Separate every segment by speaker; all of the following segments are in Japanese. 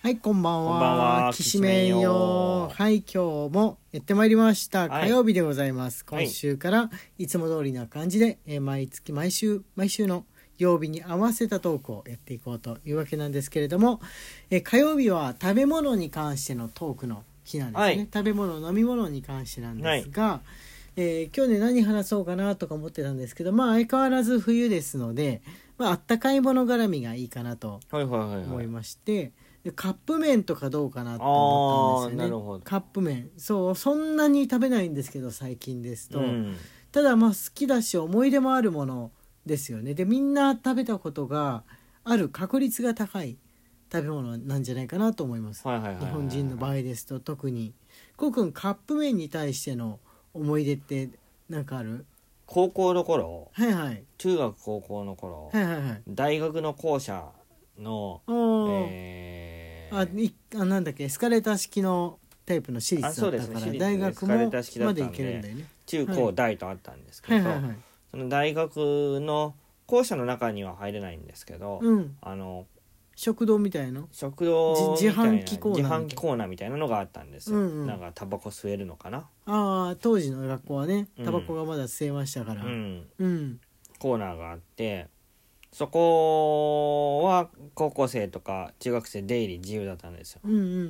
Speaker 1: はい、こんばんは。
Speaker 2: こんばんは
Speaker 1: きしめん
Speaker 2: きしめん
Speaker 1: よ
Speaker 2: よ。
Speaker 1: はい、今日もやってまいりました。
Speaker 2: は
Speaker 1: 火
Speaker 2: い
Speaker 1: 曜日でございます。
Speaker 2: はい
Speaker 1: 今週からいつも通りな感じで、えー毎月毎週毎週の曜日に合わせたトークをやっていこうというわけなんですけれども、えー火曜日は食べ物に関してのトークの日なんですね。
Speaker 2: はい
Speaker 1: 食べ物飲み物に関してなんですが。えー今日ね何話そうかなとか思ってたんですけどまあ相変わらず冬ですので、まああったかいもの絡みがいいかなと
Speaker 2: はいはいはい
Speaker 1: 思
Speaker 2: はいい。
Speaker 1: まして、でカップ麺とかどうかなと思ったんです
Speaker 2: あーなる
Speaker 1: よ
Speaker 2: ほ
Speaker 1: ね
Speaker 2: ど
Speaker 1: カップ麺そうそんなに食べないんですけど最近ですと、
Speaker 2: うん
Speaker 1: ただまあ好きだし思い出もあるものですよねでみんな食べたことがある確率が高い食べ物なんじゃないかなと思います、
Speaker 2: はいはいはいはい。
Speaker 1: 日本人の場合ですと特にこうくんカップ麺に対しての思い出ってなんかある
Speaker 2: 高校の頃、
Speaker 1: はいはい
Speaker 2: 中学高校の頃
Speaker 1: は、いはいはい
Speaker 2: 大学の校舎の、
Speaker 1: おー
Speaker 2: え
Speaker 1: あ
Speaker 2: ー
Speaker 1: いあなんだっけエスカレーター式のタイプの私
Speaker 2: あ
Speaker 1: 立
Speaker 2: そ
Speaker 1: だっ
Speaker 2: う
Speaker 1: た
Speaker 2: ですね
Speaker 1: から、
Speaker 2: 私立の
Speaker 1: 大学も
Speaker 2: エスカレーター式だ
Speaker 1: ま
Speaker 2: っ
Speaker 1: で
Speaker 2: た
Speaker 1: 行
Speaker 2: んで
Speaker 1: けるんだよね。
Speaker 2: 中高大とあったんです
Speaker 1: は
Speaker 2: け
Speaker 1: い
Speaker 2: ど
Speaker 1: はい、はい。
Speaker 2: その大学の校舎の中には入れないんですけど、
Speaker 1: うん
Speaker 2: あの
Speaker 1: 食堂みたいな。
Speaker 2: 食堂
Speaker 1: じ
Speaker 2: みたいな
Speaker 1: 自販機コーナーみたいな
Speaker 2: 自販機コーナーみたいなのがあったんですよ、
Speaker 1: うんうん
Speaker 2: なんかタバコ吸えるのかな、
Speaker 1: ああ当時の学校はね
Speaker 2: うん
Speaker 1: タバコがまだ吸えましたか
Speaker 2: う
Speaker 1: ら。うん。
Speaker 2: ん、コーナーがあってそこは高校生とか中学生出入り自由だったんですよ
Speaker 1: うんうんうんう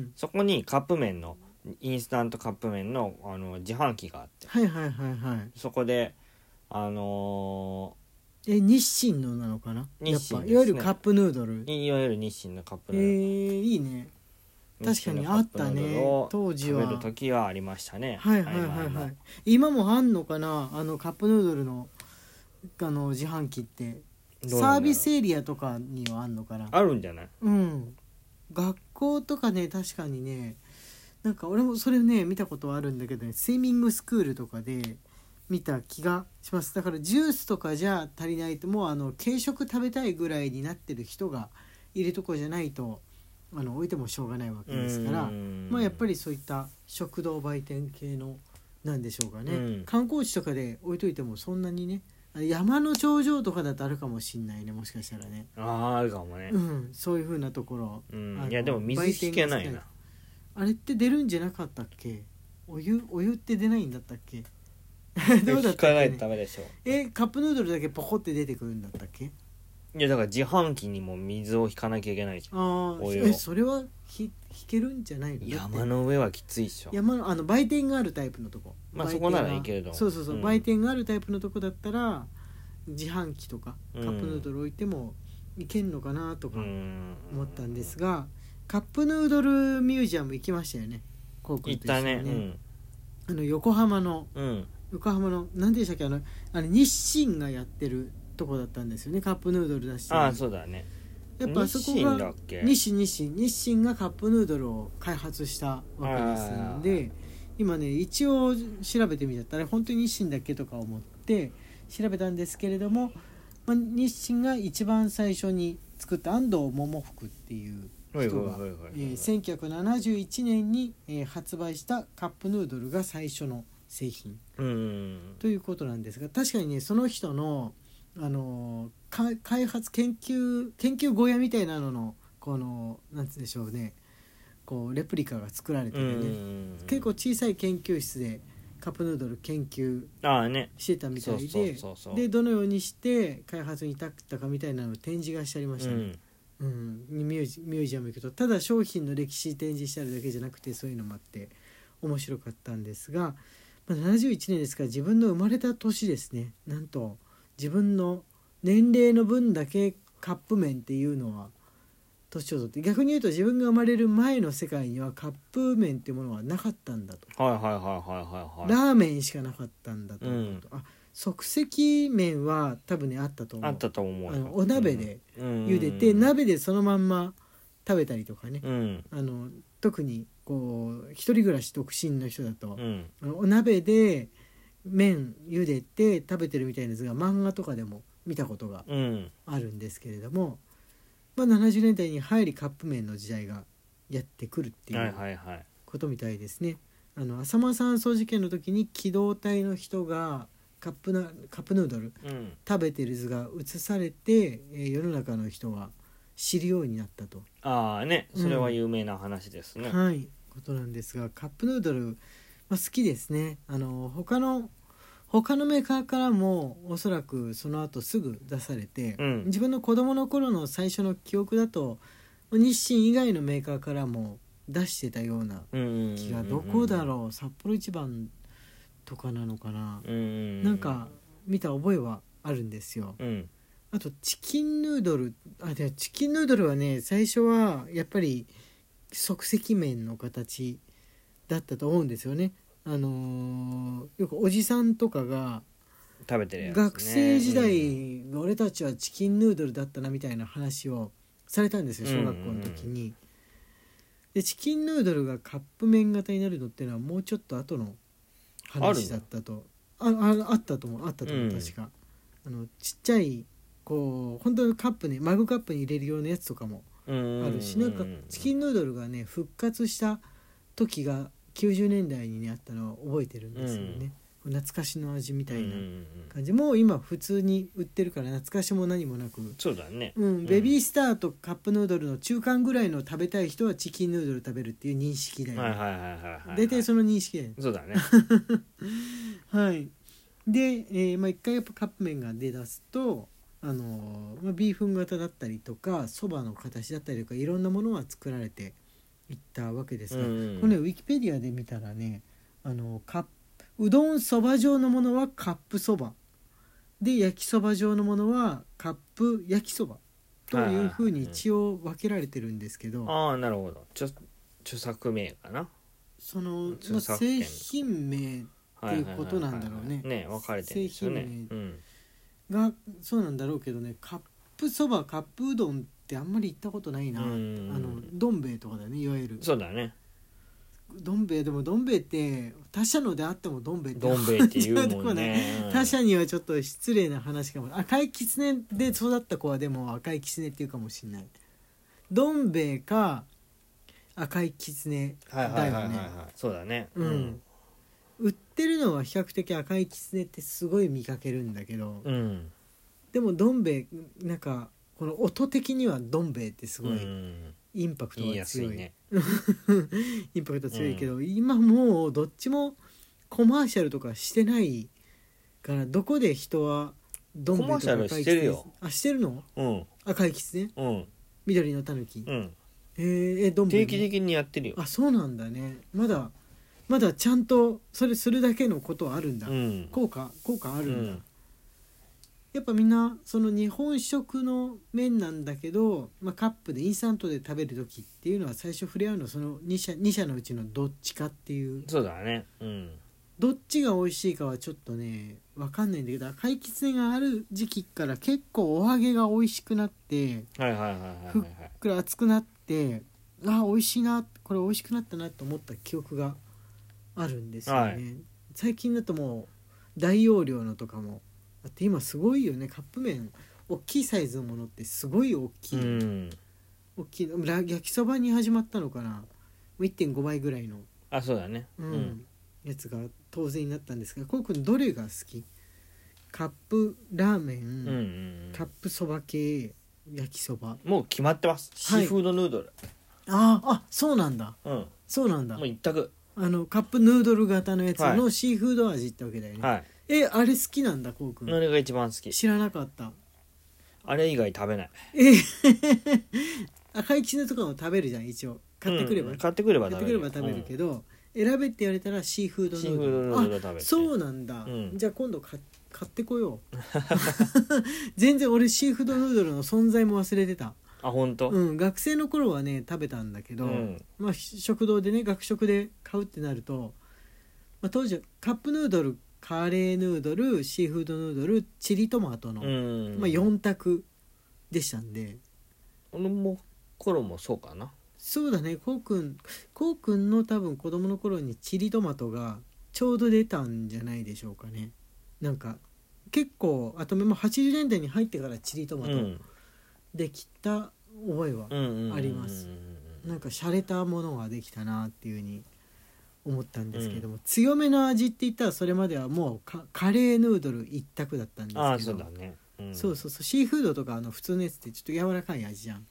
Speaker 1: ん。
Speaker 2: そこにカップ麺のインスタントカップ麺のあの自販機があって
Speaker 1: はいはいはいはい。
Speaker 2: そこであの
Speaker 1: え日清のなのかな。
Speaker 2: 日清
Speaker 1: やっぱ
Speaker 2: です
Speaker 1: い
Speaker 2: ね
Speaker 1: わゆるカップヌードル。
Speaker 2: ーいわゆる日清のカップ
Speaker 1: え
Speaker 2: 麺、
Speaker 1: ー、いいね。確かにあったね
Speaker 2: 日清のカップヌードルを
Speaker 1: 当時は
Speaker 2: 食べる時はありましたね
Speaker 1: はいはいはい
Speaker 2: 合間合
Speaker 1: は
Speaker 2: 間
Speaker 1: い。今もあんのかなあのカップヌードルのあの自販機ってサ
Speaker 2: どうな
Speaker 1: ー
Speaker 2: んだろう
Speaker 1: ビスエリアとかにはあんのかな。
Speaker 2: あるんじゃない
Speaker 1: うん学校とかね確かにねなんか俺もそれね見たことはあるんだけどねスイミングスクールとかで見た気がしますだからジュースとかじゃ足りないともうあの軽食食べたいぐらいになってる人がいるとこじゃないとあの置いてもしょうがないわけですからまあやっぱりそういった食堂売店系のなんでしょうかね、
Speaker 2: うん
Speaker 1: 観光地とかで置いといてもそんなにね山の頂上とかだとあるかもしんないねもしかしたらね。
Speaker 2: ああーあるかもね
Speaker 1: うん、そういう風なところ
Speaker 2: うん
Speaker 1: あの
Speaker 2: いやでも水引けないな
Speaker 1: あれって出るんじゃなかったっけお湯お湯って出ないんだったっけ どうだ
Speaker 2: 引
Speaker 1: った
Speaker 2: か
Speaker 1: っけ
Speaker 2: ないと
Speaker 1: ね、
Speaker 2: ダメでしょ
Speaker 1: えカップヌードルだけポコって出てくるんだったっけ
Speaker 2: いやだから自販機にも水を引かなきゃいけないじゃ
Speaker 1: ああ
Speaker 2: お湯を
Speaker 1: えそれはひ引けるんじゃないの
Speaker 2: ん
Speaker 1: だって
Speaker 2: 山の上はきついっしょ
Speaker 1: 山のあの売店があるタイプのとこ
Speaker 2: まあ
Speaker 1: 売店
Speaker 2: そこなら
Speaker 1: が
Speaker 2: いけると思う
Speaker 1: そうそうそう、
Speaker 2: うん
Speaker 1: 売店があるタイプのとこだったら自販機とかカ
Speaker 2: うん
Speaker 1: ップヌードル置いてもいけんのかなとか、
Speaker 2: うん
Speaker 1: 思ったんですがカップヌードルミュージアム行きましたよね高校と
Speaker 2: 行っ
Speaker 1: 一緒
Speaker 2: た
Speaker 1: に
Speaker 2: ね
Speaker 1: あの横浜の
Speaker 2: うんうん
Speaker 1: 横浜の何でしたっけあのあれ日清がやってるとこだったんですよねカップヌードル出してる
Speaker 2: ああそうだね
Speaker 1: やっぱあそこ
Speaker 2: 日清だ
Speaker 1: が
Speaker 2: っけ
Speaker 1: 日清日清日清がカップヌードルを開発したわけですん
Speaker 2: はいはいは
Speaker 1: で今ね一応調べてみちゃったら本当に日清だっけとか思って調べたんですけれども、まあ、日清が一番最初に作った安藤桃福っていう
Speaker 2: はいはい
Speaker 1: 人
Speaker 2: は
Speaker 1: が
Speaker 2: いはい
Speaker 1: えー1971年に、えー発売したカップヌードルが最初の製品
Speaker 2: うん
Speaker 1: ということなんですが確かにねその人の、あのーか開発研究研究小屋みたいなののこのなんつうんでしょうねこうレプリカが作られて
Speaker 2: う
Speaker 1: てね、
Speaker 2: ん
Speaker 1: 結構小さい研究室でカップヌードル研究
Speaker 2: ああね
Speaker 1: してたみたいで
Speaker 2: そうそうそうそう
Speaker 1: でどのようにして開発に至ったかみたいなのを展示がしてありま
Speaker 2: う
Speaker 1: したね。
Speaker 2: ん
Speaker 1: うん、にミュージミュージアム行くとただ商品の歴史展示してあるだけじゃなくてそういうのもあって面白かったんですが、まあ、71年ですから自分の生まれた年ですねなんと自分の年齢の分だけカップ麺っていうのは年を取って逆に言うと自分が生まれる前の世界にはカップ麺っていうものはなかったんだと、
Speaker 2: はいはいはいはいはい
Speaker 1: ラ
Speaker 2: はい
Speaker 1: ーメンしかなかったんだと、
Speaker 2: うん
Speaker 1: あ即席麺は多分ねあったと思う
Speaker 2: あったと思う
Speaker 1: あ
Speaker 2: よ
Speaker 1: のお鍋で
Speaker 2: うん
Speaker 1: 茹でて
Speaker 2: うん
Speaker 1: 鍋でそのまんま食べたりとかね、
Speaker 2: うん
Speaker 1: あの特にこう一人暮らし独身の人だと
Speaker 2: う、ん
Speaker 1: あのお鍋で麺茹でて食べてるみたいなやつが漫画とかでも見たことが
Speaker 2: うん
Speaker 1: あるんですけれども、まあ、70年代に入りカップ麺の時代がやってくるってい
Speaker 2: はいうはいはい
Speaker 1: ことみたいですね。あの浅間山荘事件の時に機動隊の人がカップなカップヌードル
Speaker 2: うん
Speaker 1: 食べてる図が映されて、えー世の中の人は知るようになったと、
Speaker 2: ああねそれは有名な話ですね、
Speaker 1: はいことなんですがカップヌードル、まあ、好きですねあの他の他のメーカーからもおそらくその後すぐ出されて、
Speaker 2: うん
Speaker 1: 自分の子供の頃の最初の記憶だと日清以外のメーカーからも出してたような
Speaker 2: うん
Speaker 1: 気がどこだろう札幌一番とかなのかな、
Speaker 2: うんうん
Speaker 1: なんか見た覚えはあるんですよ。
Speaker 2: うん
Speaker 1: あとチキンヌードルあでチキンヌードルはね最初はやっぱり即席麺の形だったと思うんですよね。あのーよくおじさんとかが
Speaker 2: 食べてるやつ、ね、
Speaker 1: 学生時
Speaker 2: うん
Speaker 1: 代、俺たちはチキンヌードルだったなみたいな話をされたんですよ
Speaker 2: うん
Speaker 1: 小学校の時に。でチキンヌードルがカップ麺型になるのっていうのはもうちょっと後の話だったとあああったと思うあったと思う、
Speaker 2: うん
Speaker 1: 確かあのちっちゃいこう本当のカップにマグカップに入れるようなやつとかも
Speaker 2: うん
Speaker 1: あるし、なんかチキンヌードルがね復活した時が90年代に、ね、あったのを覚えてるんですよね、懐かしの味みたいな。
Speaker 2: うんうんうん
Speaker 1: 感じもう今普通に売ってるから懐かしも何もなく、
Speaker 2: そうだね
Speaker 1: うんベビースターとカップヌードルの中間ぐらいの食べたい人はチキンヌードル食べるっていう認識だよね、
Speaker 2: はいはいはいはいはい
Speaker 1: 大体その認識だよね
Speaker 2: そうだね
Speaker 1: はいで、えーまあ、一回やっぱカップ麺が出だすとあのーまあ、ビーフン型だったりとかそばの形だったりとかいろんなものは作られていったわけですが、
Speaker 2: うんうん
Speaker 1: これねウィキペディアで見たらねあのカップうどんそば状のものはカップそばで焼きそば状のものはカップ焼きそばと
Speaker 2: はいはい
Speaker 1: い
Speaker 2: は
Speaker 1: う
Speaker 2: い
Speaker 1: ふうに一応分けられてるんですけど、
Speaker 2: ああなるほど著著作名かな
Speaker 1: その、まあ、
Speaker 2: 著作権
Speaker 1: 製品名
Speaker 2: は
Speaker 1: っていうことなんだろうね
Speaker 2: はいはいはいはいね分かれてるんですよね
Speaker 1: 製品名
Speaker 2: うん
Speaker 1: がそうなんだろうけどねカップそばカップうどんってあんまり行ったことないなあ
Speaker 2: うん
Speaker 1: のどん兵衛とかだよねいわゆる
Speaker 2: そうだね
Speaker 1: どん兵衛でもどん兵衛って他社のであってもどん兵衛って
Speaker 2: どん兵衛っ ていうもんね
Speaker 1: 違うとこ
Speaker 2: うん
Speaker 1: 他社にはちょっと失礼な話かも赤い狐で育った子はでも赤い狐っていうかもしれないどん兵衛か赤い狐
Speaker 2: はいは
Speaker 1: だ
Speaker 2: いはいは
Speaker 1: よ
Speaker 2: い
Speaker 1: ね
Speaker 2: はいそうだね
Speaker 1: うん売ってるのは比較的赤い狐ってすごい見かけるんだけど、
Speaker 2: うん
Speaker 1: でもどん兵衛なんかこの音的にはどん兵衛ってすご
Speaker 2: う
Speaker 1: い
Speaker 2: ん
Speaker 1: インパクト
Speaker 2: 言い
Speaker 1: が
Speaker 2: やすい
Speaker 1: 強い,、
Speaker 2: ね
Speaker 1: インパクト強いけど、今もうどっちもコマーシャルとかしてないからどこで人はど
Speaker 2: コマーシャルしてるよ
Speaker 1: あしてるの
Speaker 2: うん
Speaker 1: 赤いキツネ
Speaker 2: うん
Speaker 1: 緑のタヌキ、
Speaker 2: うん
Speaker 1: えー、えどん兵衛
Speaker 2: 定
Speaker 1: も
Speaker 2: 期的にやってるよ
Speaker 1: あそうなんだねまだまだちゃんとそれするだけのことはあるんだ、
Speaker 2: うん
Speaker 1: 効果効果あ
Speaker 2: う
Speaker 1: るんだ、
Speaker 2: ん
Speaker 1: やっぱみんなその日本食の麺なんだけど、まあ、カップでインスタントで食べる時っていうのは最初触れ合うのはその2社 ,2 社のうちのどっちかっていう
Speaker 2: そうだねうん
Speaker 1: どっちが美味しいかはちょっとね分かんないんだけど赤いきつねがある時期から結構お揚げが美味しくなって
Speaker 2: はいはいはいはいはい
Speaker 1: ふっ
Speaker 2: はい
Speaker 1: くら熱くなってああ美味しいなこれ美味しくなったなと思った記憶があるんですよね、
Speaker 2: はい
Speaker 1: 最近だともう大容量のとかもだって今すごいよねカップ麺大きいサイズのものってすごい大き
Speaker 2: う
Speaker 1: い、
Speaker 2: ん
Speaker 1: 大きいのら焼きそばに始まったのかな1.5倍ぐらいの、
Speaker 2: あそうだねう
Speaker 1: うん
Speaker 2: ん
Speaker 1: やつが当然になったんですがこうくんどれが好きカップラーメン、
Speaker 2: うんうん
Speaker 1: カップそば系焼きそば
Speaker 2: もう決まってますシ
Speaker 1: はい
Speaker 2: ーフードヌードル
Speaker 1: あーあそうなんだ
Speaker 2: うん
Speaker 1: そうなんだ
Speaker 2: もう一択
Speaker 1: あのカップヌードル型のやつ
Speaker 2: はい
Speaker 1: のシーフード味ってわけだよね、
Speaker 2: はい
Speaker 1: えあれ好きなんだこうく
Speaker 2: あ
Speaker 1: ん
Speaker 2: れが一番好き
Speaker 1: 知らなかった
Speaker 2: あれ以外食べない
Speaker 1: え 赤いキツネとかも食べるじゃん一応買ってくれば、
Speaker 2: うん
Speaker 1: 買
Speaker 2: 買ってくれば
Speaker 1: ってくれば食べるけど、選べって言われたらシーフード
Speaker 2: シーフードヌードルを食べて
Speaker 1: あそうなんだ、
Speaker 2: うん
Speaker 1: じゃあ今度か買ってこよ う全然俺シーフードヌードルの存在も忘れてた
Speaker 2: うんあ本当
Speaker 1: うん、学生の頃はね食べたんだけど、
Speaker 2: うん
Speaker 1: まあ、し食堂でね学食で買うってなると、まあ、当時はカップヌードルカレーヌードルシーフードヌードルチリトマトの、
Speaker 2: うん
Speaker 1: まあ、4択でしたんで
Speaker 2: 俺も頃もそうかな
Speaker 1: そうだねこうくんこうくんの多分子供の頃にチリトマトがちょうど出たんじゃないでしょうかねなんか結構あともう80年代に入ってからチリト
Speaker 2: う
Speaker 1: マ
Speaker 2: んう
Speaker 1: ト
Speaker 2: ん
Speaker 1: できた覚えは
Speaker 2: うんうん
Speaker 1: ありますなんか洒落たものができたなっていうふうに思ったんですけども、強めの味って言ったらそれまではもうカカレーヌードル一択だったんですけど
Speaker 2: ああそうだねん
Speaker 1: そうそうそうシーフードとかあの普通のやつってちょっと柔らかい味じゃん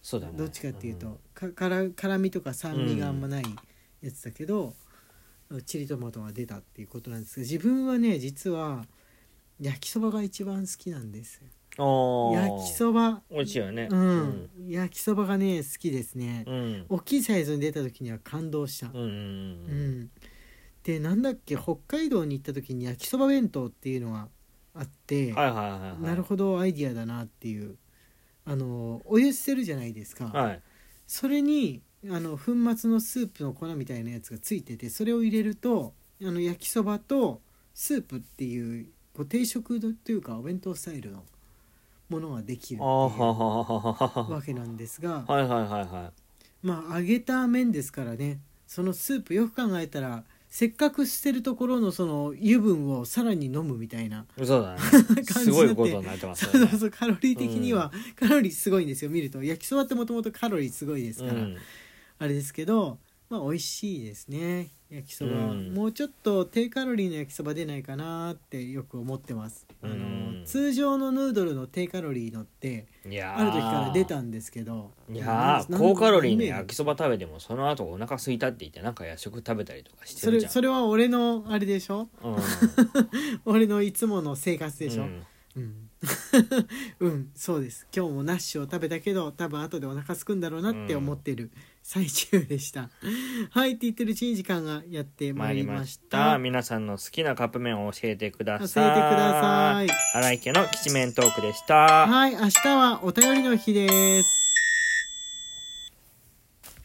Speaker 2: そうだね
Speaker 1: どっちかっていうと、かから辛みとか酸味があんまないやつだけど、チリトマトが出たっていうことなんですが自分はね実は焼きそばが一番好きなんですよ
Speaker 2: うんおー
Speaker 1: 焼きそば
Speaker 2: 美味しいよね
Speaker 1: うん、焼きそばがね好きですね
Speaker 2: う、ん
Speaker 1: 大きいサイズに出た時には感動した、
Speaker 2: うん
Speaker 1: う
Speaker 2: うんうん
Speaker 1: ん、でなんだっけ北海道に行った時に焼きそば弁当っていうのがあって、
Speaker 2: はいはいはいはい
Speaker 1: なるほどアイディアだなっていうあのお湯捨てるじゃないですか、
Speaker 2: はい
Speaker 1: それにあの粉末のスープの粉みたいなやつがついててそれを入れるとあの焼きそばとスープっていうこう定食というかお弁当スタイルのものができるってい
Speaker 2: あ
Speaker 1: う
Speaker 2: ーはは
Speaker 1: わ
Speaker 2: はは はは
Speaker 1: けなんですが
Speaker 2: はいはいはいは
Speaker 1: まあ揚げた麺ですからねそのスープよく考えたらせっかく捨てるところのその油分をさらに飲むみたいない
Speaker 2: そうだね
Speaker 1: 感じになって
Speaker 2: すごいことになってま す
Speaker 1: そ
Speaker 2: よ
Speaker 1: う
Speaker 2: ね
Speaker 1: そうそうカロリー的には、カロリーすごいんですよ見ると焼きそばってもともとカロリーすごいですから、
Speaker 2: うん
Speaker 1: あれですけどまあ美味しいですね焼きそば、
Speaker 2: うん
Speaker 1: もうちょっと低カロリーの焼きそば出ないかなってよく思ってます、あ
Speaker 2: うん
Speaker 1: の通常のヌードルの低カロリーのって
Speaker 2: いやー
Speaker 1: ある時から出たんですけど
Speaker 2: いやー
Speaker 1: なん
Speaker 2: 高カロリーの
Speaker 1: なん
Speaker 2: 焼きそば食べてもその後お腹空いたって言ってなんか夜食食べたりとかして
Speaker 1: そ
Speaker 2: る
Speaker 1: れ
Speaker 2: じゃん
Speaker 1: それは俺のあれでしょ
Speaker 2: うん
Speaker 1: 俺のいつもの生活でしょ
Speaker 2: う
Speaker 1: うんん、うん そうです今日もナッシュを食べたけど多分後でお腹空くんだろうなって思ってる最中でした、 はいって言ってるうちに時間がやってま
Speaker 2: 参
Speaker 1: い
Speaker 2: り
Speaker 1: り
Speaker 2: ま
Speaker 1: ま
Speaker 2: し
Speaker 1: したた
Speaker 2: 皆さんの好きなカップ麺を教えてくだ
Speaker 1: 教えてくだ
Speaker 2: さい
Speaker 1: さい
Speaker 2: 荒井家のきしめんトークでした
Speaker 1: はい、明日はお便りの日です。